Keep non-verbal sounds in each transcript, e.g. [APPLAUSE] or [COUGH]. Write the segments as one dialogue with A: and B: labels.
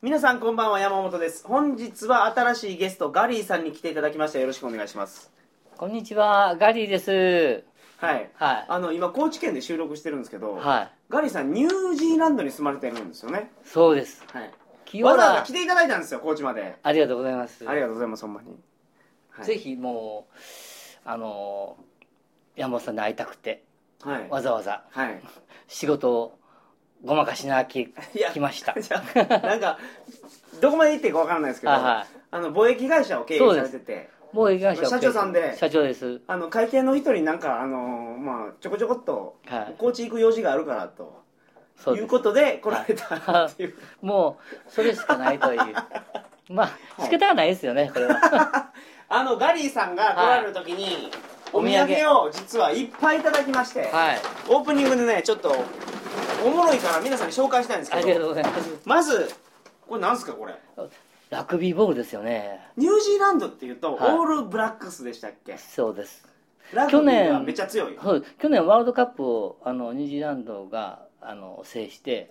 A: 皆さんこんばんは山本です本日は新しいゲストガリーさんに来ていただきましたよろしくお願いします
B: こんにちは、ガリーです。
A: はい
B: はい
A: あの今高知県で収録してるんですけど、
B: はい。
A: ガリーさんニュージーランドに住まれてるんですよね
B: そうです。
A: はい
B: 清
A: わざわざ
B: 原
A: 来、ていただいたんですよ高知まで
B: ありがとうございます。
A: ありがとうございますほんまに、はい、
B: ぜひもう、あのー、山本さんに会いたくて、
A: はい
B: わざわざ
A: はい
B: 仕事をごまかしなき
A: いや
B: [LAUGHS] 来ました。
A: [LAUGHS] じゃあなんかどこまで行っていいかわからないですけど、
B: [LAUGHS] はいはい
A: あの貿易会社を経営されてて
B: もう行きましょう。
A: 社長さんで
B: 社長です。
A: あの会計の人になんかあのまあちょこちょこっと、
B: はい
A: 高知行く用事があるからと
B: そう
A: い
B: で
A: う
B: す。
A: ことで来られたっていう、
B: もう、それしかな
A: [LAUGHS]
B: いという。まあ、仕方がないですよね、これは。
A: あのガリーさんが来られる時に、お
B: お土産
A: 土産を実はいっぱいいただきまして、
B: はい。
A: オープニングでねちょっとおもろいから皆さんに紹介したいんです
B: あり
A: け
B: がと
A: ど
B: うございます。
A: まずこれなんすかこれ
B: ラグビーボールですよね。
A: ニュージーランドっていうと、
B: はい
A: オールブラックスでしたっけ
B: そうです。
A: ラグビーがめっちゃ強いはい
B: そう去年ワールドカップをあのニュージーランドがあの制して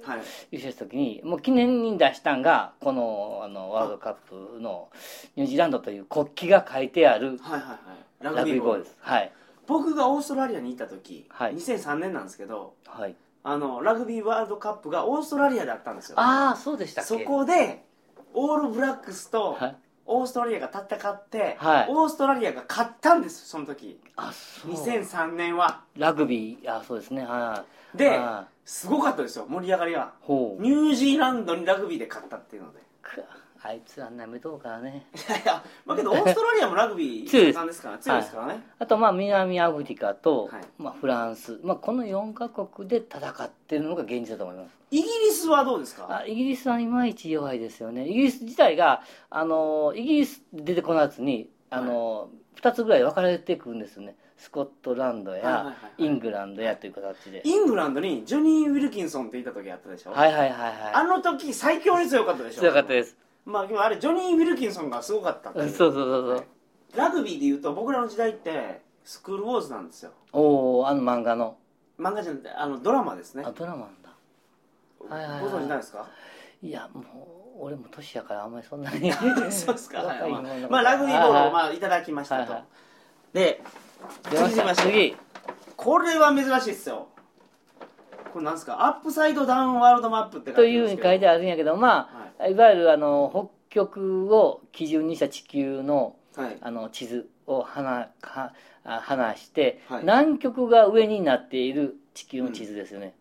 B: 優勝した時にもう記念に出したんがこのあのワールドカップのニュージーランドという国旗が書いてある
A: はいはいはいラ
B: ラ
A: グ
B: グ
A: ビ
B: ビ
A: ー
B: ー
A: ボ
B: ボ
A: ー
B: ー
A: ル
B: ルですはい、
A: 僕がオーストラリアに行った時、
B: はい
A: 2003年なんですけど
B: はい、
A: あのラグビーワールドカップがオーストラリアだったんですよ
B: ああそうでしたっけ
A: そこでオールブラックスと
B: はい
A: オーストラリアが戦って、
B: はい
A: オーストラリアが勝ったんですその時
B: あそう
A: 2003年は
B: ラグビーあそうですねはい
A: で
B: はい
A: すごかったですよ盛り上がりは
B: ほう
A: ニュージーランドにラグビーで勝ったっていうので
B: くあいつあんなやめとうからね
A: いやいや、まあ、けどオーストラリアもラグビー
B: 強いです
A: 盛んですから強いですからね、
B: あとまあ南アフリカと、
A: はい
B: まあ、フランス、まあ、この4カ国で戦ってるのが現実だと思います
A: イギリスはどうですか
B: あイギリスはいまいち弱いですよねイギリス自体があのイギリス出てこの後にあの、2つぐらい分かれてくるんですよねスコットランドや、
A: はいはいはいはい
B: イングランドやという形で
A: イングランドにジョニー・ウィルキンソンっていた時あったでしょ、
B: はいはいはい
A: あ
B: は
A: の時最強に強かったで
B: い
A: しょ
B: 強かったです
A: まあ、でもあれジョニー・ウィルキンソンがすごかったって
B: う
A: い
B: ん
A: う
B: そうそうそうそう
A: ラグビーでいうと僕らの時代ってスクールウォーズなんですよ
B: おおあの漫画の
A: 漫画じゃなくてあのドラマですね
B: あドラマなんだ
A: ご
B: はいはいはい
A: 存知ないですか
B: いやもう俺も年やからあんまりそんなに
A: [LAUGHS] そうですか、はい
B: 若い
A: ま
B: もの
A: あ
B: が
A: まあラグビーボールを
B: は
A: まあいただきましたと、
B: はいは
A: で
B: い出ました次
A: これは珍しいっすよこれなんですかアップサイドダウンワールドマップって書いて
B: というふうに書いて
A: あ
B: あるんやけどまあ、い、わゆるあの北極を基準にした地球の
A: るはい
B: あの地図をはなはあ話して、
A: はい
B: 南極が上になっている地球の地図ですよね、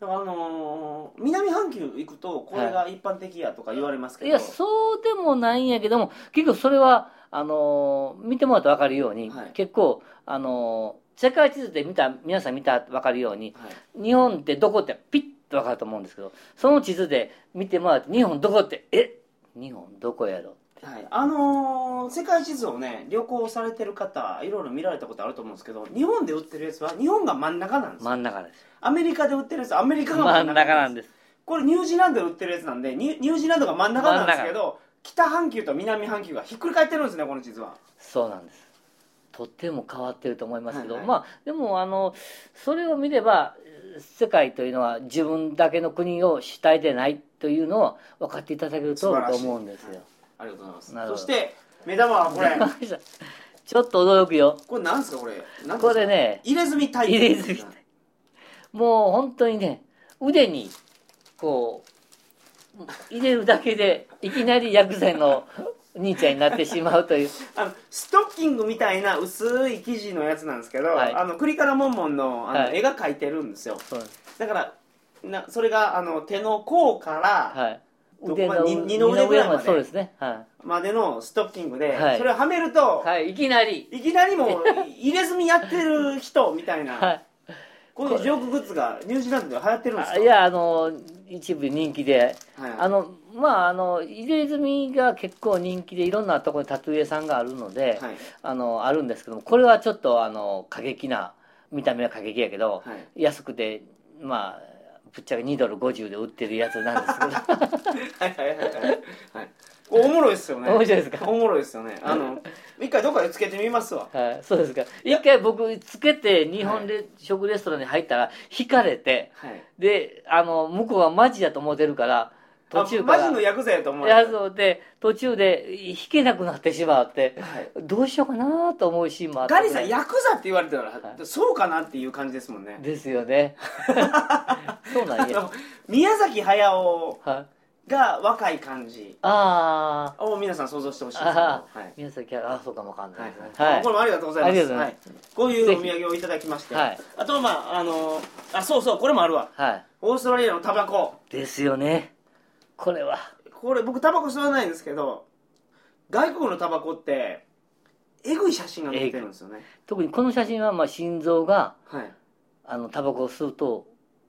A: だからあのー南半球行くとこれが一般的やとか言われますけど、
B: いやそうでもないんやけども結構それはあのー見てもらうと分かるように、
A: はい
B: 結構あのー世界地図で見た皆さん見たら分かるように
A: はい
B: 日本ってどこってピッと分かると思うんですけどその地図で見てもらうと日本どこってえ日本どこやろ
A: はい、あのー世界地図をね旅行されてる方いろいろ見られたことあると思うんですけど日本で売ってるやつは日本が真ん中なんですよ
B: 真ん中です
A: アメリカで売ってるやつはアメリカが
B: 真
A: 真
B: ん
A: ん
B: 中
A: 中
B: な
A: なんんです
B: です
A: これニュージーランドで売ってるやつなんでニュニュージーランドが真ん中なんですけど北半球と南半球がひっくり返ってるんですねこの地図は
B: そうなんですとっても変わってると思いますけど、
A: はいはい
B: まあでもあのそれを見ればえー世界というのは自分だけの国を主体でないというのを分かっていただけると
A: 素晴らしい
B: 思うんですよ
A: ありがとうござい
B: な
A: ま
B: る
A: すそ
B: ほど
A: して目玉はこれ
B: [LAUGHS] ちょっと驚くよ
A: これなんですかこれなんですか
B: これね
A: 入れ墨タイ
B: 入れ墨タイもう本当にね腕にこう入れるだけでいきなり薬剤の [LAUGHS] 兄ちゃんになってしまうという
A: あのストッキングみたいな薄い生地のやつなんですけど、
B: はい
A: あの栗からもんもんのあの、
B: はい
A: 絵が描いてるんですよ
B: そうなんです
A: だからなそれがあの手の甲から
B: はい
A: ど
B: 腕の
A: まあ二二の腕ぐらいまで
B: 二のそうですねは
A: までのストッキングで、
B: はい
A: それをはめると、
B: い、はい、いきなり
A: い、きなりもう入れ墨やってる人みたいな、
B: [LAUGHS] はい
A: こういうジョークグッズがニュージーランドで流行ってるんです
B: あ
A: か
B: い、やあの一部人気で
A: はい
B: あのまああの入れ墨が結構人気でいろんなところにタトゥー屋さんがあるので、
A: はい
B: あのあるんですけどもこれはちょっとあの過激な見た目は過激やけど、
A: はい
B: 安くてまあぶっちゃけ2ドル50で売ってるやつなんで
A: [LAUGHS]
B: すけど
A: はいはいはいはいはいおもろいですよね
B: 面白いですか
A: おもろいですよねあの一回どっかでつけてみますわ
B: はい、そうですか一回僕つけて日本で食レストランに入ったら引かれて
A: はい
B: であの向こうはマジだと思ってるから途中から
A: あマジのヤクザやと思わ
B: い
A: れ
B: や
A: た
B: そうで途中で弾けなくなってしまって
A: はい
B: どうしようかなと思うシーンもあった
A: ガリ
B: ぐ
A: さ
B: ら
A: ん
B: い
A: ヤクザって言われたら、
B: は
A: そうかなっていう感じですもんね
B: ですよ
A: [LAUGHS]
B: ねそうな
A: あ
B: んや
A: の宮崎駿
B: はい
A: が若い感じ
B: あ
A: を皆さん想像してほしいですけど
B: あ
A: はい
B: ー宮崎駿あそうかもわかんな
A: はいい
B: ですね
A: はい
B: はい
A: これもありがとうございます
B: ありがとうござい
A: はいこういうお土産をいただきまして、
B: はい
A: あとまああのあそうそうこれもあるわ
B: はい
A: オーストラリアのタバコ
B: ですよねこれは
A: これ僕タバコ吸わないんですけど外国のタバコってえぐい写真が載ってるんですよね
B: 特にこの写真はまあ心臓が
A: はい、
B: あのタバコを吸うと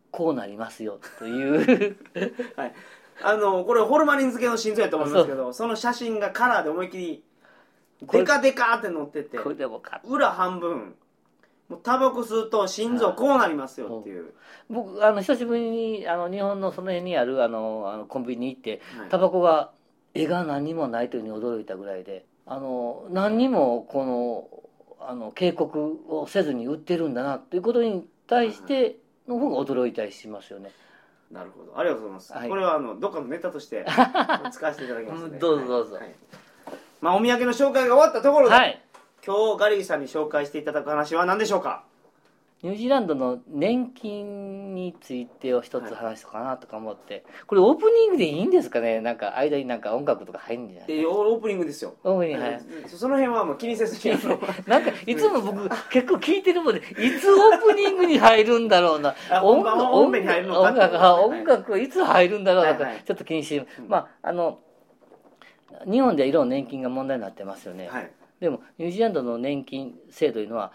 B: こうなりますよという
A: [LAUGHS] はい、あのこれホルマリン漬けの心臓やと思いますけどその写真がカラーで思いっきり
B: これ
A: デカデカって載ってて
B: これでもか
A: 裏半分もうタバコ吸うと心臓こうなりますよっていう、
B: 僕あの久しぶりにあの日本のその辺にあるあのあのコンビニに行って
A: はい
B: タバコが絵が何もないというふうに驚いたぐらいであの何にもこのあの警告をせずに売ってるんだなということに対しての方が驚いたりしますよね、
A: なるほどありがとうございます、
B: はい
A: これはあのどっかのネタとして
B: [LAUGHS]
A: 使わせていただきます
B: う
A: ね
B: んどうぞどうぞ
A: はいはいまあ、お土産の紹介が終わったところで、
B: はい
A: 今日ガリーさんに紹介していただく話は何でしょうか
B: ニュージーランドの年金についてを一つ話そうかなとか思って、これオープニングでいいんですかねなんか間になんか音楽とか入るんじゃない
A: でオープニングですよ
B: オープニングはい
A: その辺はもう気にせず
B: [LAUGHS]
A: にあの
B: なんかいつも僕結構聞いてるもんでいつオープニングに入るんだろうな
A: あ本番は本編に入るのか
B: 音楽は音楽はいつ入るんだろうなと
A: はいはい
B: ちょっと気にして、まああの日本ではいろんな年金が問題になってますよね、
A: はい
B: でもニュージーランドの年金制度というのは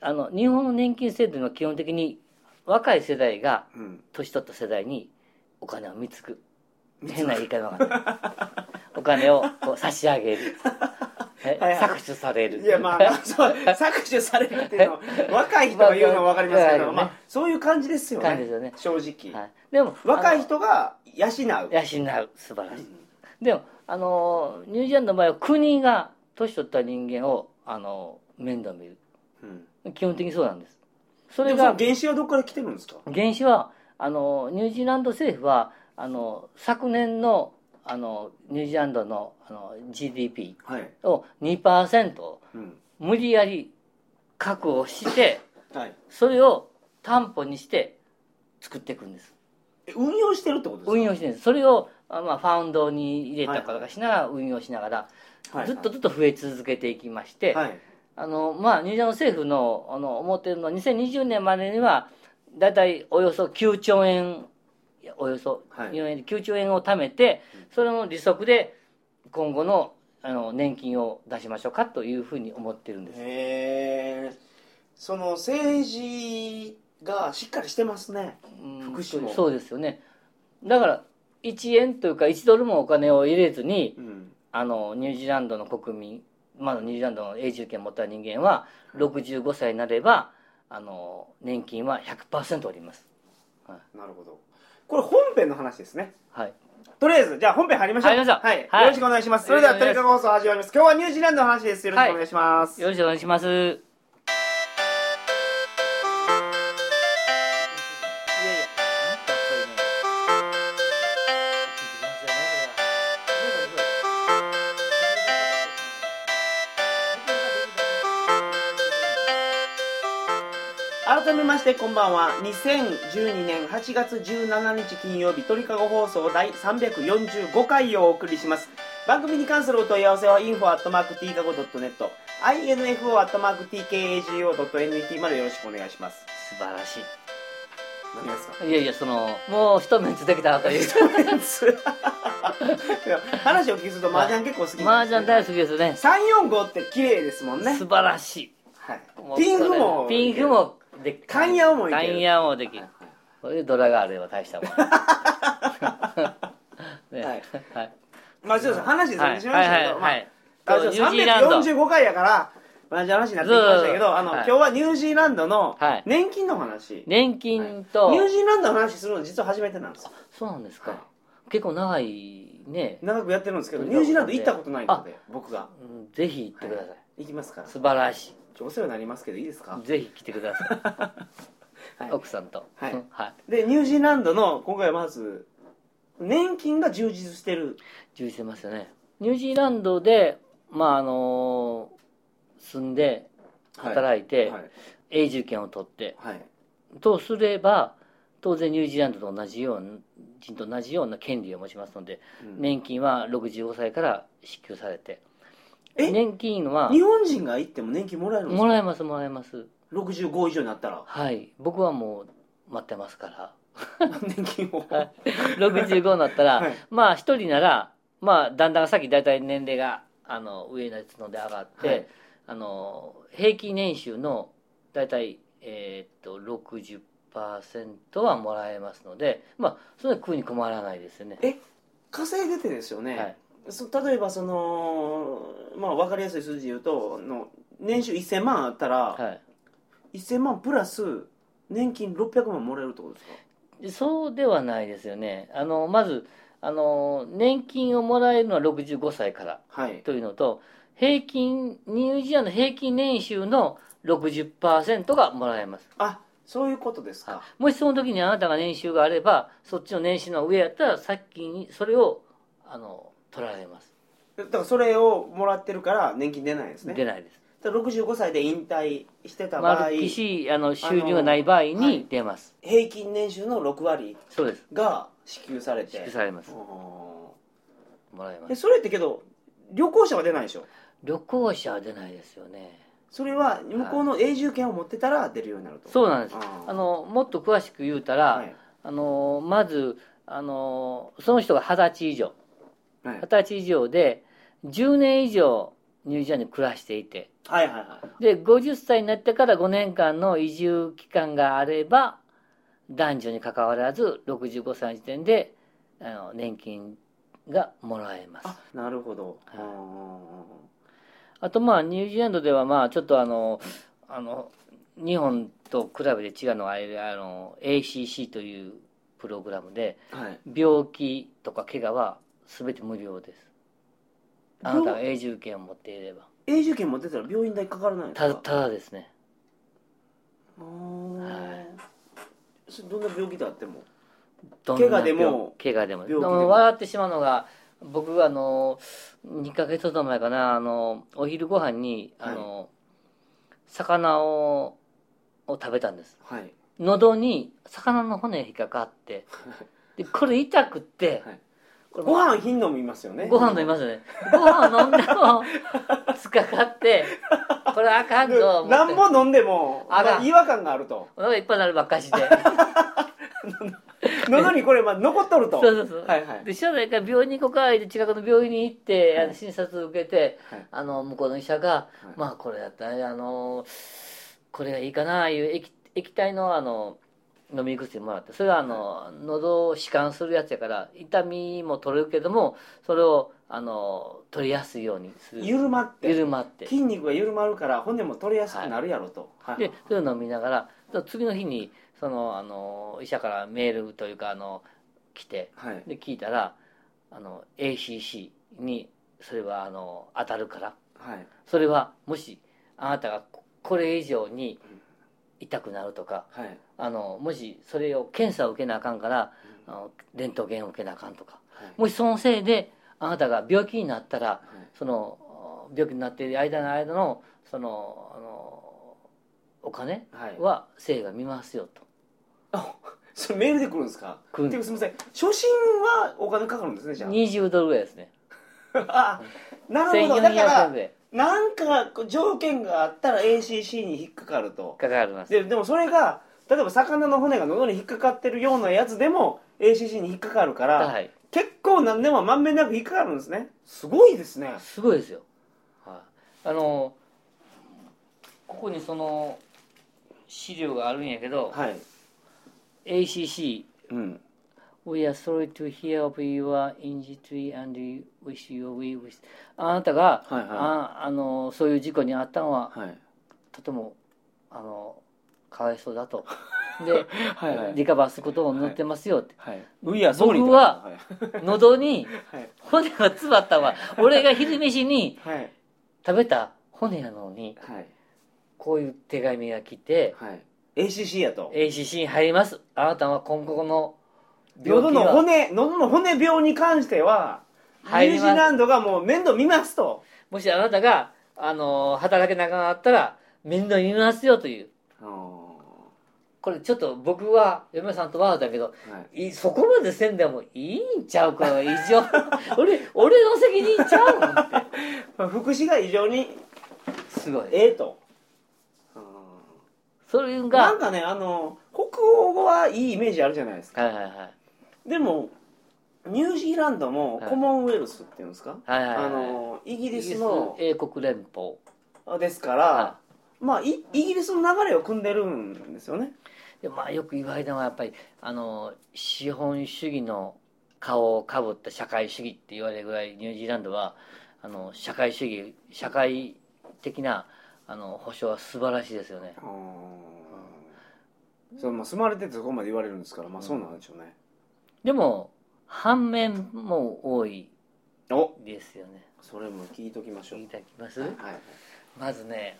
B: あの日本の年金制度というのは基本的に若い世代が
A: うん
B: 年取った世代にお金を貢ぐ変な言い方わかんない [LAUGHS] お金をこう差し上げ
A: [LAUGHS]
B: るえ
A: はいはい
B: 搾取される
A: いやまあまあそう搾取されるっていうのは若い人が言うのは分かりますけど、
B: まあ
A: まあ、そういう感じですよね
B: 感じですよね
A: 正直、
B: [LAUGHS] はい、でも
A: 若い
B: 人
A: 人が養う
B: 養う素晴らしい、でもあのニュージーランドの場合は国が年取った人間をあの面倒見る
A: うん
B: 基本的にそうなんですそ
A: それ
B: れ
A: が
B: が
A: 原子はどこから来てるんですか
B: 原資はあのニュージーランド政府はあの昨年のあのニュージーランドのあの GDP
A: はい、
B: を2%
A: うん
B: 無理やり確保して
A: はい、
B: それを担保にして作っていくんです
A: え運用してるってことですか
B: 運用してるんですそれを、あまあ、ファウンドに入れたりとかしながら運用しながら、
A: はい
B: ずっとずっと増え続けていきまして、
A: はい
B: あのまあ、ニュージーランド政府のあの思っているのは2020年までにはだいたいおよそ9兆円いやおよそ
A: はい
B: 日本円で9兆円を貯めて、それの利息で今後のあの年金を出しましょうかというふうに思ってるんです。
A: へえその政治がしっかりしてますね
B: うん
A: 福祉も
B: そうですよねだから1円というか1ドルもお金を入れずに
A: うん
B: あのニュージーランドの国民、まあ、ニュージーランドの永住権を持った人間は65歳になればあの年金は100%おります。
A: なるほどこれ本編の話ですね
B: はい、
A: とりあえずじゃあ本編入りましょう
B: 入りましょう
A: はい、
B: はい
A: よろしくお願いしますそれでは
B: よ
A: ト
B: ろ
A: リ
B: しく
A: カ放送始まります今日はニュージーランドの話ですよろしくお願いします、
B: よろしくお願いします。
A: 改めましてこんばんは2012年8月17日金曜日トリカゴ放送第345回をお送りします番組に関するお問い合わせは info.tkago.net info.tkago.net までよろしくお願いします
B: 素晴らし
A: 何ですか
B: い。いやいや、その、もう一目つできた
A: [LAUGHS]
B: という。
A: いや話を聞くと麻雀結構好き
B: 麻雀大
A: 好
B: 好きですね。
A: き345って綺麗ですもんね、
B: 素晴らしい。
A: はい、ピンフも
B: ピンフもできる
A: カンヤオもいける
B: カンヤオもできるこれでドラがあれば大した
A: [LAUGHS]
B: もんね
A: はい
B: はい
A: まあちょっと話です
B: は
A: ね、
B: い
A: しましたけど、まあ
B: はい
A: あ
B: はい
A: じゃ
B: ニュ
A: あ
B: ージーランド
A: 345回やから、まあ、じゃあ話になってきましたけ
B: ずー
A: ど、あの、
B: はい
A: 今日はニュージーランドの
B: はい
A: 年金の話。
B: 年金と
A: ニュージーランドの話するの実は初めてなんですよ。
B: そうなんです
A: は
B: か結構長いね
A: 長くやってるんですけど、
B: 聞い
A: ニュージ
B: たこと
A: ーランド行ったことないので、僕が。
B: うんぜひ行ってください
A: 行きますから。ちょ
B: 素晴らし
A: っとお世話になりますけど、いいですか
B: いぜひ来てくださ
A: はい
B: い奥さんと
A: [LAUGHS] はい
B: うんはい
A: で、ニュージーランドの、今回はまず、年金が充実してる
B: 充実してますよねニュージーランドで、まああの住んで働いて、
A: はい
B: 永住権を取って
A: はい
B: とすれば当然ニュージーランドと同じような人と同じような権利を持ちますので
A: うん
B: 年金は65歳から支給されて
A: え
B: 年金は
A: 日本人が行っても年金もらえるんです
B: も
A: から
B: えますもらえます
A: 65以上になったら
B: はい僕はもう待ってますから [LAUGHS]
A: 年金を
B: はい65になったら、
A: はい
B: まあ一人ならまあだんだんさっき大体年齢があの上のやつので上がって、
A: はい
B: あの平均年収の大体、えーっと60%はもらえますのでまあそんなに食うに困らないですよね。
A: え稼いでてですよね、
B: はい
A: そ例えばそのまあ分かりやすい数字で言うとの年収1000万あったら、
B: はい
A: 1000万プラス年金600万もらえるってことですか
B: でそうではないですよね。あのまずあの年金をもらえるのは65歳から
A: はい
B: というのと平均ニュージーランドの平均年収の60%がもらえます。
A: あそういうことですか、
B: もしその時にあなたが年収があればそっちの年収の上やったら先にそれをあの取られます、
A: だからそれをもらってるから年金出ないですね
B: 出ないです
A: だから65歳で引退してた場合
B: まるっきしあの収入がない場合
A: あのはい
B: に出ます、
A: 平均年収の6割
B: そうです
A: が支給されて
B: 支給されます
A: う
B: もらえま
A: んえ
B: す
A: それってけど旅行者は出ないでしょ
B: 旅行者は出ないですよね
A: それは向こうの永住権を持ってたら出るようになると
B: そうなんです
A: あー
B: あのもっと詳しく言うたら、
A: はい
B: あのまずあのその人が二十歳以上
A: はい
B: 二十歳以上で10年以上ニュージーランドに暮らしていて
A: はいはいは
B: で50歳になってから5年間の移住期間があれば男女に関わらず65歳の時点であの年金がもらえます
A: あ
B: あ
A: なるほど、
B: はい
A: は
B: とまあニュージーランドではまあちょっとあのあの日本と比べて違うのはあれあの ACC というプログラムで
A: い
B: 病気とか怪我は全て無料ですあなたが永住権を持っていれば
A: 永住権持ってたら病院代かからないんですか
B: たただですね
A: あー
B: はい
A: それどんな病気であっても
B: どんな
A: 怪我でも
B: 病怪我でも
A: 病気でも
B: あの笑ってしまうのが僕はあの2ヶ月ほど前かなあのお昼ご飯にあの、魚をを食べたんです
A: はい
B: 喉に魚の骨が引っかかってでこれ痛くって、
A: はい
B: これ
A: ご飯ひんのもいますよね
B: ご飯飲み
A: ま
B: ますよねご飯飲んでもつかかってこれあかんと思って
A: 何も飲んでも
B: あら
A: まあ違和感がある
B: [LAUGHS]
A: と
B: お腹いっぱいになるばっかしで
A: 喉にこれまあ残っとると
B: そうそうそう
A: はいはい
B: で将来から病院に行こうかって近くの病院に行って、あの診察を受けて、
A: はい
B: あの向こうの医者が、
A: い
B: まあこれだったらあのこれがいいかなあいう液液体のあの飲み薬もらってそれはあの、喉を弛緩するやつやから痛みも取れるけどもそれをあの取りやすいようにする
A: 緩まって
B: 緩まって
A: 筋肉が緩まるから骨も取れやすくなるやろとはい
B: でそういうのを見ながら次の日にそのあの医者からメールというかあの来て、
A: はい
B: で聞いたらあの ACC にそれはあの当たるから
A: はい
B: それはもしあなたがここれ以上に痛くなるとか
A: はい
B: あのもしそれを検査を受けなあかんからあのレントゲンを受けなあかんとかもしそのせいであなたが病気になったらその病気になっている間の間のそのあのお金
A: はいはい
B: は政府が見ますよと。
A: あそれメールで来るんですか
B: 来るん
A: てか
B: です
A: すみません初心はお金かかるんですねじゃ
B: 20ドルぐらいですね
A: [LAUGHS] ああなるほどだか
B: 1400円
A: ら
B: ぐらい
A: なんかこう条件があったら ACC に引っかかると
B: かかります
A: ででもそれが例えば魚の骨が喉に引っかかってるようなやつでも ACC に引っかかるから、
B: はい
A: 結構何でもまんべんなく引っかかるんですねすごいですね
B: すごいですよ、はい、あのここにその資料があるんやけど、
A: はい、
B: ACC
A: うん、
B: We are sorry to hear of your injury and wish you we wish あなたが、
A: はいはい
B: ああのそういう事故に遭ったのは
A: はい
B: とてもあのかわいそう
A: [LAUGHS]
B: だとで、
A: はいはい
B: リカバーすることを祈ってますよって、
A: はいウィア
B: 総理とか僕は
A: はい
B: 喉に
A: はい
B: 骨が詰まったわ俺が昼飯に
A: はい
B: 食べた骨やのに
A: はい、
B: こういう手紙が来て、
A: はい、ACC やと
B: ACC に入りますあなたは今後の
A: 喉の骨喉の骨病に関してはニ
B: 入
A: ュー
B: り
A: ジ
B: ます
A: ーランドがもう面倒見ますと
B: もしあなたが、あの働けなくなったら面倒見ますよというこれちょっと僕は嫁さんとワーだけどいそこまでせんでもいいんちゃうこの異常 [LAUGHS] 俺俺の責任ちゃうのって
A: 福祉が異常に
B: すごい
A: ええと
B: それが
A: なんかねあの北欧語はいいイメージあるじゃないですか
B: はいはいはい
A: でもニュージーランドも
B: はい
A: コモンウェルスっていうんですか、
B: はいはいはい
A: あのイギ
B: イギ
A: リ
B: リス
A: スの
B: 英国連邦
A: ですから、
B: は
A: まあイイギリスの流れを組んでるんですよね
B: でまあよく言われたのはやっぱりあの資本主義の顔をかぶった社会主義って言われるぐらいニュージーランドはあの社会主義社会的なあの保障は素晴らしいですよね
A: そうまあ住まれててそこまで言われるんですからま
B: あそうなん
A: でしょうね、
B: でも反面も多い
A: お
B: ですよね
A: それも聞いときましょう
B: いただきます
A: はい
B: まずね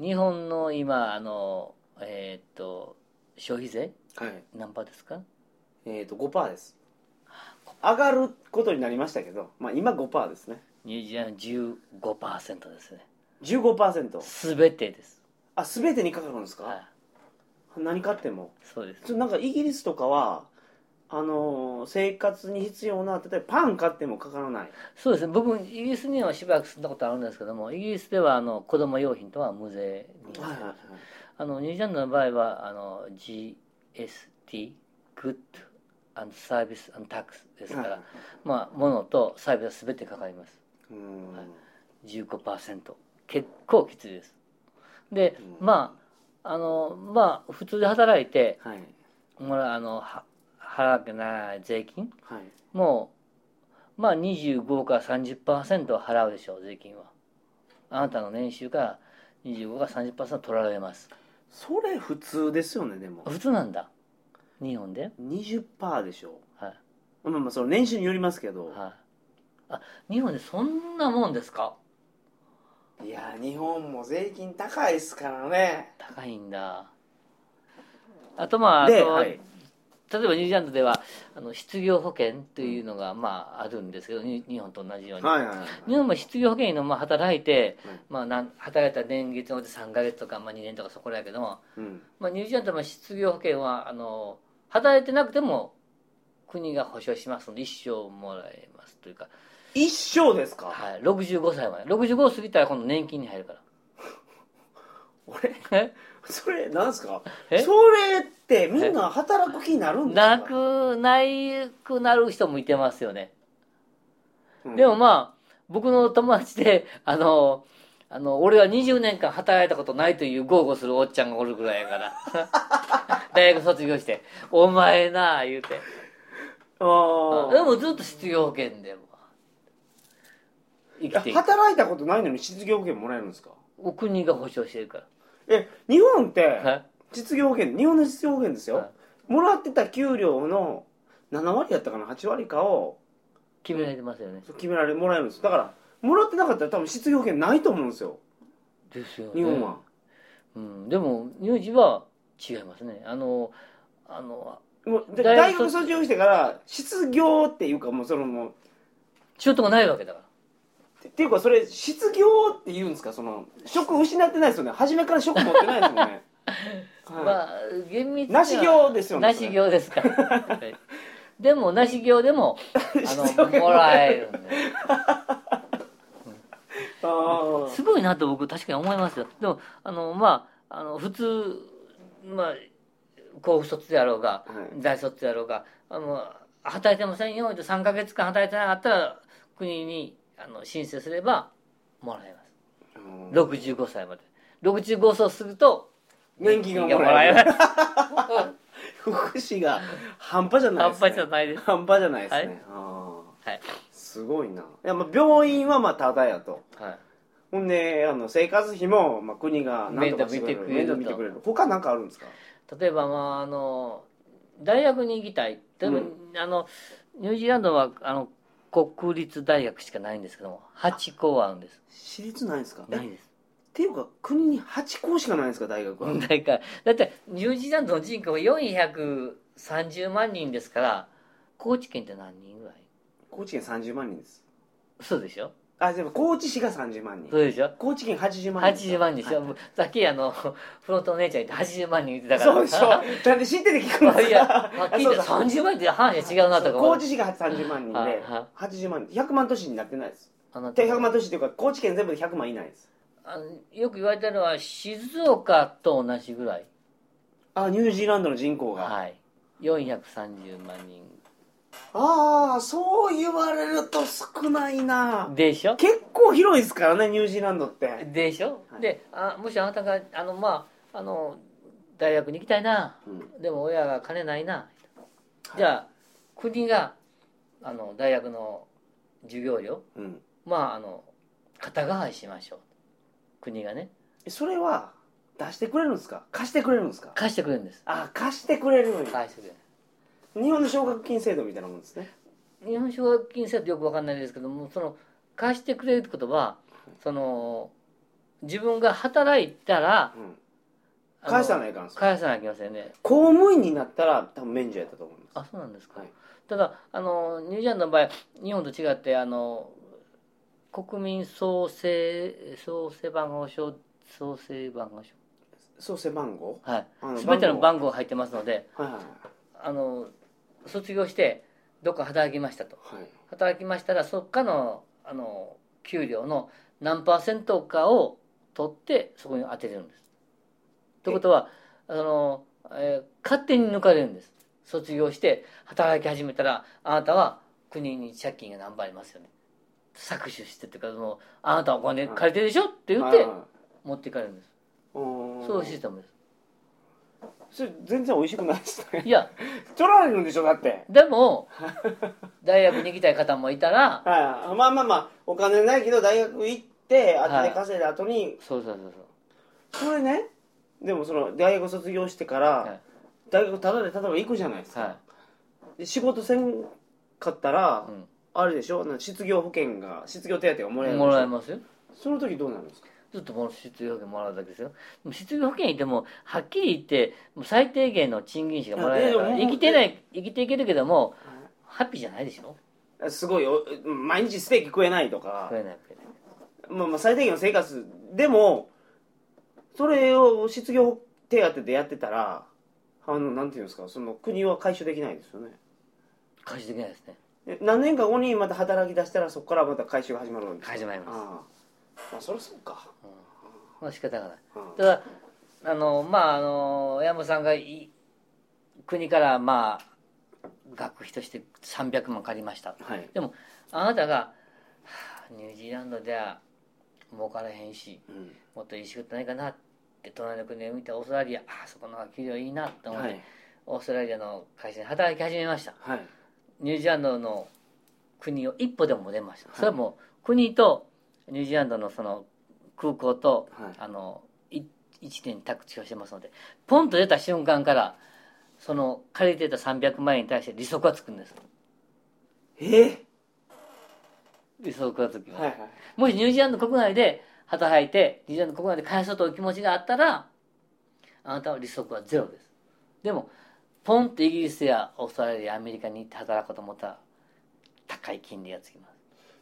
B: 日本の今あのえーっと消費税
A: はい
B: 何パーですか
A: えっ、ー、と5%です上がることになりましたけど、まあ、今5%ですね
B: ニュージーランド15%ですね
A: 15%
B: 全てです
A: あ全てにかかるんですか、
B: はい
A: 何買っても
B: そうです
A: ちょなんかイギリスとかはあのー生活に必要な例えばパン買ってもかからない
B: そうですね僕イギリスにはしばらく住んだことあるんですけどもイギリスではあの子供用品とは無税に、
A: はいはいはい
B: あのニュージーランドの場合はあの GST グッドサービスタックスですから、
A: はい
B: まあ物とサービスは全てかかります
A: うーん
B: はい15%結構きついですで
A: うん
B: まああのまあ普通で働いて
A: はい
B: もらあのは払わなきゃならない税金
A: はい
B: もう、まあ、25から30%は払うでしょう、税金は。あなたの年収から25から30%取られます。
A: それ普通ですよねでも
B: 普通なんだ。日本で。
A: 20%でしょ
B: は
A: まあまあその年収によりますけど
B: い。はい。あ、日本でそんなもんですか
A: いや日本も税金高いですからね
B: 高いんだ。あとまあ、あ
A: で、
B: と、
A: はい、
B: 例えばニュージーランドでは、あの、失業保険というのが、まあ、あるんですけど、に日本と同じように。
A: はいはいはい
B: 日本も失業保険のまあ働いて、
A: うん
B: まあ、なん働いた年月のうち3か月とか、まあ、2年とかそこらやけども、
A: うん
B: まあ、ニュージーランドの失業保険はあの働いてなくても国が保障しますので一生もらえますというか、
A: 一生ですか、
B: はい、65歳まで65過ぎたら今度年金に入るから
A: 俺
B: え
A: それなんですかそ
B: え
A: れってみんな働く気になるんですか
B: な、くないくなる人もいてますよね、
A: うん
B: でもまあ僕の友達であのあの俺は20年間働いたことないという豪語するおっちゃんがおるぐらいやから [LAUGHS] 大学卒業して「お前な」言うて
A: あー
B: でもずっと失業保険でも生きていく
A: 働いたことないのに失業保険もらえるんですか
B: お国が保障してるか
A: え日本っ
B: ら、は
A: て
B: い、
A: 失業保険日本の失業保険ですよ、
B: は
A: もらってた給料の7割やったかな8割かを
B: 決められてますよね、
A: 決められもらえるんですだからもらってなかったら多分失業保険ないと思うんですよ
B: ですよね
A: 日本は、
B: うん、でも乳児は違いますねあのあの
A: もうで大
B: 大
A: 学
B: 学
A: 卒業してから失業っていうかもうそのもう
B: 仕事がないわけだから
A: てっていうかそれ失業って言うんですかその職失ってないですよね初めから職持ってない
B: [LAUGHS]
A: ですもんね、はい
B: まあ厳密には
A: なし業ですよね
B: なし業ですから
A: [LAUGHS]
B: はいでもなし業でもあ
A: 失業
B: のもらえるんで
A: あー
B: すごいなと僕確かに思いますよでもあのまああの普通まあ高卒であろうが、
A: はい
B: 大卒であろうがあの働いてませんよと3か月間働いてなかったら国にあの申請すればもらえます
A: うん
B: 65歳まで65歳すると
A: 年金がもらえる
B: [LAUGHS] 年金がも
A: [LAUGHS] 福祉が半端じゃない
B: 半
A: ですね
B: 端じゃないです
A: 半端じゃないですね、
B: はい
A: あー
B: はい
A: すごいないや、まあ、病院はまあただやと
B: はい
A: ほんであの生活費も、まあ、国がなんとかしてくれる
B: 面倒見
A: 面倒見て
B: てくれると
A: くれる他なんかあるんですか
B: 例えばまああの大学に行きたい例えば、
A: うん
B: あのニュージーランドはあの国立大学しかないんですけども8校あるんです
A: 私立ないんですかえ
B: な
A: っ
B: いです
A: ていうか国に8校しかないんですか大学は
B: だからだってニュージーランドの人口430 30万人ですから高知県って何人ぐらい
A: 高知県30万人です
B: そうでしょ
A: あでも高知市が30万人
B: そうでしょ
A: 高知県80万人です
B: 80万人でしょ、
A: はい
B: もうさっきあの [LAUGHS] フロントの姉ちゃん言って80万人言ってたから
A: そうでしょなんで知ってて聞くん
B: あ
A: です
B: い
A: [LAUGHS]
B: や
A: か、
B: まあ、
A: あ
B: 聞い
A: そう
B: て
A: だ
B: 30万人って話が違うなとか
A: 高知市が30万人
B: はい
A: で
B: は
A: 80万人100万都市になってないです
B: あの
A: で100万都市っていうか高知県全部で100万いないです
B: あのよく言われたのは静岡と同じぐらい
A: あニュージーランドの人口が、
B: はい430万人
A: ああそう言われると少ないな
B: でしょ
A: 結構広いですからねニュージーランドって、
B: でしょ、
A: はい
B: であもしあなたがあのまああの大学に行きたいな
A: うん
B: でも親が金ないな、
A: はい
B: じゃあ国があの大学の授業料
A: うん、
B: まああの肩代わりしましょう国がね
A: それは出してくれるんですか貸してくれるんですか
B: 貸してくれるんです
A: あ貸してくれるんや
B: 返してくれる
A: 日本の奨学金制度みたいなもんですね
B: 日本奨学金制度よくわかんないですけどもその貸してくれるってことはその自分が働いたら
A: うん
B: あの
A: 返さないかんです
B: 返さなきゃいけませんね
A: 公務員になったら多分免除やったと思います
B: あそうなんですか、
A: はい
B: ただあのニュージーランドの場合日本と違ってあの国民創生創生番号証創生番号証
A: そう背番号
B: はい
A: あの
B: 全ての番号入ってますので
A: はいはい
B: あの卒業してどっか働きましたと
A: はいはい
B: 働きましたらそっかのあの給料の何パーセントかを取ってそこに当てれるんです。ということはあの、えー勝手に抜かれるんです卒業して働き始めたらあなたは国に借金が何倍ありますよね搾取してっていうかそのあなたはお金借りてるでしょって言っ
A: はいは
B: て
A: い
B: 持っていかれるんです
A: うん
B: そういうシステムです
A: それ全然美味しくないですね [LAUGHS]
B: いや
A: 取られるんでしょだって
B: で
A: [LAUGHS]
B: も大学に行きたい方もいたら
A: はいまあまあまあお金ないけど大学行って
B: はい
A: あっで稼いだ後に
B: そうそうそうそ
A: それねでもその大学卒業してか
B: うは
A: ら
B: い
A: 大学ただで例えば行くじゃないです
B: は
A: かで仕事せんかったら
B: い、うん
A: あれでしょなんか失業保険が失業手当がもらえるんで
B: も
A: し
B: らえ
A: ょ
B: ますよ
A: その時どうなるんですか
B: ずっとこの失業保険もらうだけですよ。でも失業保険いても、はっきり言って、もう最低限の賃金しかもらえないか
A: いや
B: ら、
A: でも
B: 生きてない、生きていけるけども、ハッピーじゃないでしょ
A: すごいよ毎日ステーキ食えないとか
B: 食、えないわけで。
A: まあ、まあ最低限の生活でもそれを失業手当でやってたらあのなんていうんですかその国は回収できないですよね
B: 回収できないですね。
A: え何年か後にまた働き出したらそこからまた回収が始まるわけです
B: 始まります。
A: ああまあそりゃそうか、
B: まあ仕方がない。
A: うん
B: ただ、あの、まあ、あの、山本さんがい、国から、まあ、学費として300万借りました。
A: はい、
B: あなたが、はあニュージーランドでは儲からへんし、
A: うん
B: もっといい仕事ないかなって隣の国を見てオーストラリアあそこの方が給料いいなと思っ
A: は
B: て、
A: い
B: オーストラリアの会社に働き始めました
A: はい
B: ニュージーランドの国を一歩でも出ました、それはもう国とニュージーランドのその空港と、
A: はい
B: あのい一年宅地をしてますのでポンと出た瞬間からその借りてた300万円に対して利息がつくんです
A: え
B: 利息がつきます、
A: はいはい
B: もしニュージーランド国内で働いて、ニュージーランド国内で返そうという気持ちがあったら、あなたは利息はゼロです。でも、ポンってイギリスやオーストラリア、アメリカに行って働こうと思ったら、高い金利がつきま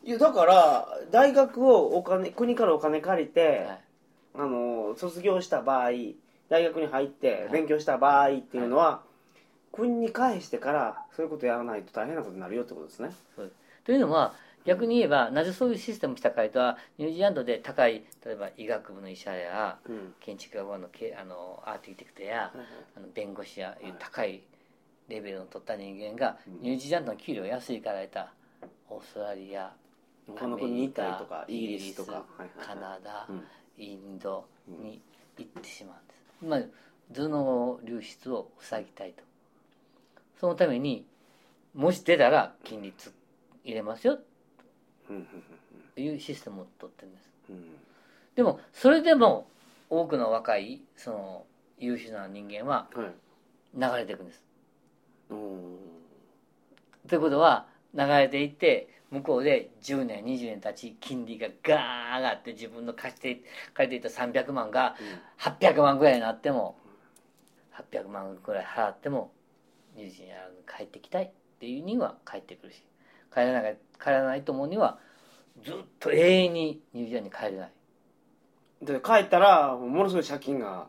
A: いやだから大学をお金国からお金借りて、
B: す。はい。
A: あの卒業した場合大学に入って
B: い
A: 勉強した場合っていうのは、国に返してからそういうことやらないと大変なことになるよってことですね
B: というのは、逆に言えば、なぜそういうシステムをしたかというと、ニュージーランドで高い、例えば医学部の医者や、
A: うん
B: 建築学部のけあのアーティテクトや、あの弁護士やいう高いレベルの取った人間が
A: うん
B: ニュージーランドの給料安いから得たオーストラリア
A: 他の国に行ったりとか
B: アメリカ
A: イギリスとかはいはいはい
B: カナダ、
A: うん
B: インドに行ってしまうんです、まあ、頭脳流出を防ぎたいとそのためにもし出たら金利つ入れますよ
A: うんうん
B: というシステムを取ってるんです
A: うんうん
B: でもそれでも多くの若いその優秀な人間は
A: はい
B: 流れていくんです
A: うん
B: ということは流れていって向こうで10年20年経ち金利がガーン上がって自分の貸して借りていた300万が800万ぐらいになっても800万ぐらい払ってもニュージーランドに帰ってきたいっていうには帰ってくるし帰らない帰らないと思うにはずっと永遠にニュージーランドに帰れない
A: で帰ったらものすごい借金が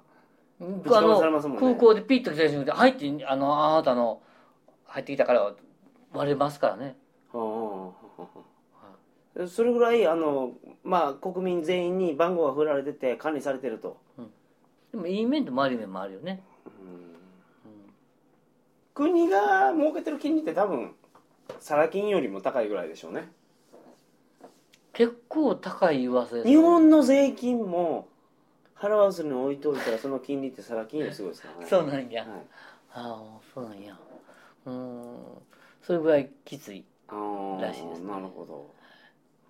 A: ぶち
B: あ
A: のめされ
B: の
A: ますもんね
B: 空港でピッと来た瞬間で入ってあのあなたの入ってきたから割れますからね
A: はあそれぐらいあの、まあ、国民全員に番号が振られてて管理されてると、
B: でもいい面と悪い面もあるよね
A: 国が設けてる金利って多分サラ金よりも高いぐらいでしょうね
B: 結構高い噂ですね
A: 日本の税金も払わずに置いといたらその金利ってサラ金よりすごいですからね
B: そうなんや、
A: はい
B: ああそうなんやうーんそれぐらいきつい
A: あー
B: らしいですね
A: なるほど、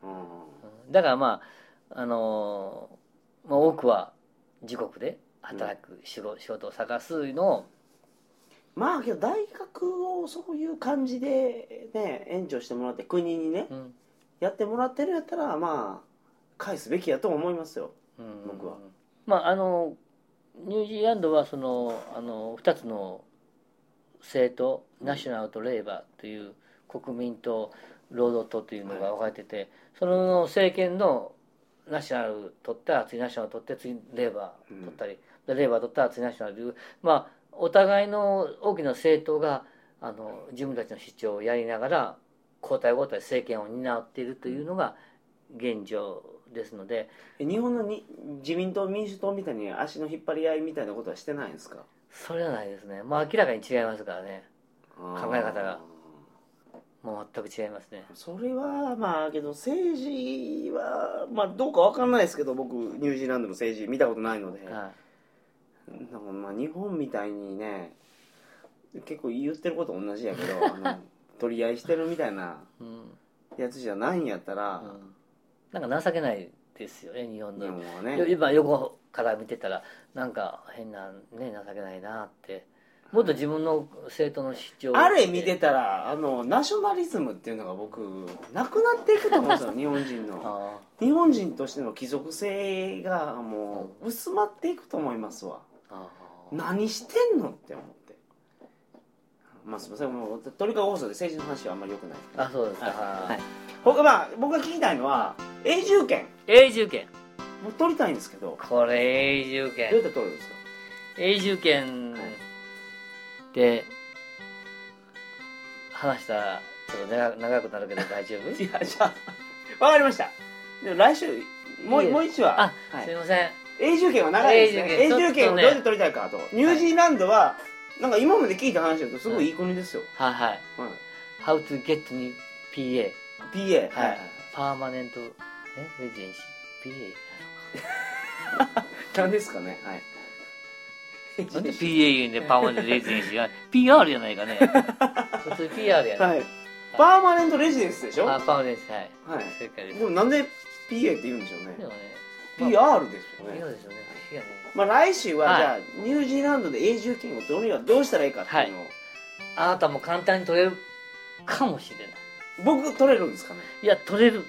A: うん
B: うんだからまああのーまあ、多くは自国で働く、仕事仕事を探すのを
A: まあけど大学をそういう感じでね援助してもらって国にね
B: うん
A: やってもらってるんやったらまあ返すべきやと思いますよ
B: うん
A: 僕は
B: まああのニュージーランドはそのあの2つの政党ナショナルとレイバーという国民と労働党というのが分かれてて、その政権のナショナル取ったら次ナショナル取って次レイバー取ったり、でレイバー取ったら次ナショナルというまあお互いの大きな政党があの自分たちの主張をやりながら交代交代政権を担っているというのが現状ですので、
A: え日本のに自民党民主党みたいに足の引っ張り合いみたいなことはしてないんですか
B: それはないですねまあ明らかに違いますからね
A: 考
B: え方がもう全く違いますね
A: それはまあけど政治はまあどうかわかんないですけど僕ニュージーランドの政治見たことないので、
B: は、
A: なんかまあ日本みたいにね結構言ってること同じやけどあの取り合いしてるみたいない
B: うん
A: やつじゃないんやった
B: う
A: ら、
B: ん、なんか情けないですよね日本の
A: 日本は
B: よ
A: ね
B: 今横から見てたらなんか変なね情けないなってもっと自分の政党の主張を
A: あれ見てたらあのナショナリズムっていうのが僕なくなっていくと思うんです
B: [LAUGHS]
A: よ日本人の
B: あ
A: 日本人としての貴族性がもう薄まっていくと思いますわ
B: あああ
A: 何してんのって思ってまあすいませんもう鳥かご放送で政治の話はあんまりよくないですけど
B: あそうですか、
A: はい
B: はい
A: 僕,、まあ、僕が聞きたいのは永住権
B: 永住権
A: もう取りたいんですけど
B: これ永住
A: どうやっ
B: 権
A: て取るんですか
B: 永住権
A: はい
B: で話したらちょっと長長くなるけど大丈夫
A: いやじゃあわかりましたで来週もう
B: いいえ
A: もう一話
B: あ、
A: はい
B: すいません
A: 永住権は長いですね永
B: 永住
A: 住
B: 権
A: 権をどう
B: ち
A: やっ
B: ょっとね
A: て取りたいかとニュージーランドはなんか今まで聞いた話だとすごいいい国ですよ、
B: はいはい
A: はい
B: How to get new PA
A: PA
B: はい
A: はい
B: パーマネントえレジデンシー PA
A: 何ですかねはい
B: なんで PA 言うんでパーマネントレジデンシー PR じゃない
A: [LAUGHS]
B: かね普通 PR やな、
A: はいパーマネントレジデンスでしょ
B: あ
A: は
B: パーマネントはい
A: い
B: 正解です
A: でもなんで PA って言うんでしょう
B: で
A: ね
B: もね
A: PR ですよ
B: PR でしょう
A: ね
B: ね不思議やね
A: まあ来週は
B: はい
A: じゃあニュージーランドで永住権を取るにはどうしたらいいかっていうのを
B: あなたも簡単に取れるかもしれない
A: 僕取れるんですかね
B: いや取れる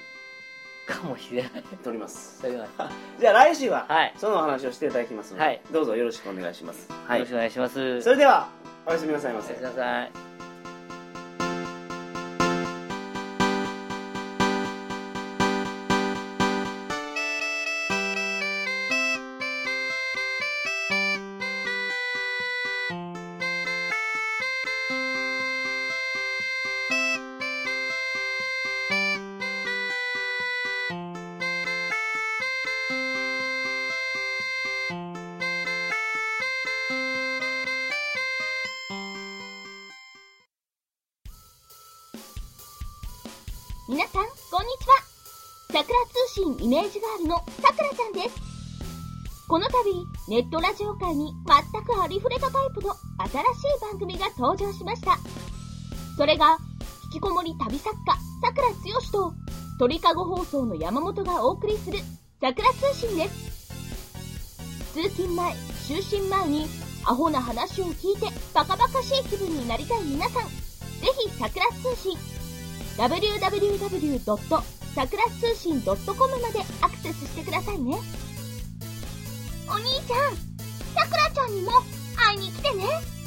B: かもしれない [LAUGHS]
A: 取ります [LAUGHS]
B: 取れます
A: じゃあ来週は
B: はい
A: そのお話をしていただきますので、
B: はい
A: どうぞよろしくお願いします。は
B: よろ
A: い
B: し。くお願いします
A: それでは、おやすみなさいま
B: おや
A: せ
B: すみ。なさい
C: 皆さんこんにちはさくら通信イメージガールのさくらちゃんですこの度ネットラジオ界に全くありふれたタイプの新しい番組が登場しましたそれが引きこもり旅作家さくらつよしと鳥かご放送の山本がお送りするさくら通信です通勤前就寝前にアホな話を聞いてバカバカしい気分になりたい皆さんぜひさくら通信 www. 桜通信 .com までアクセスしてくださいね。お兄ちゃん、桜ちゃんにも会いに来てね。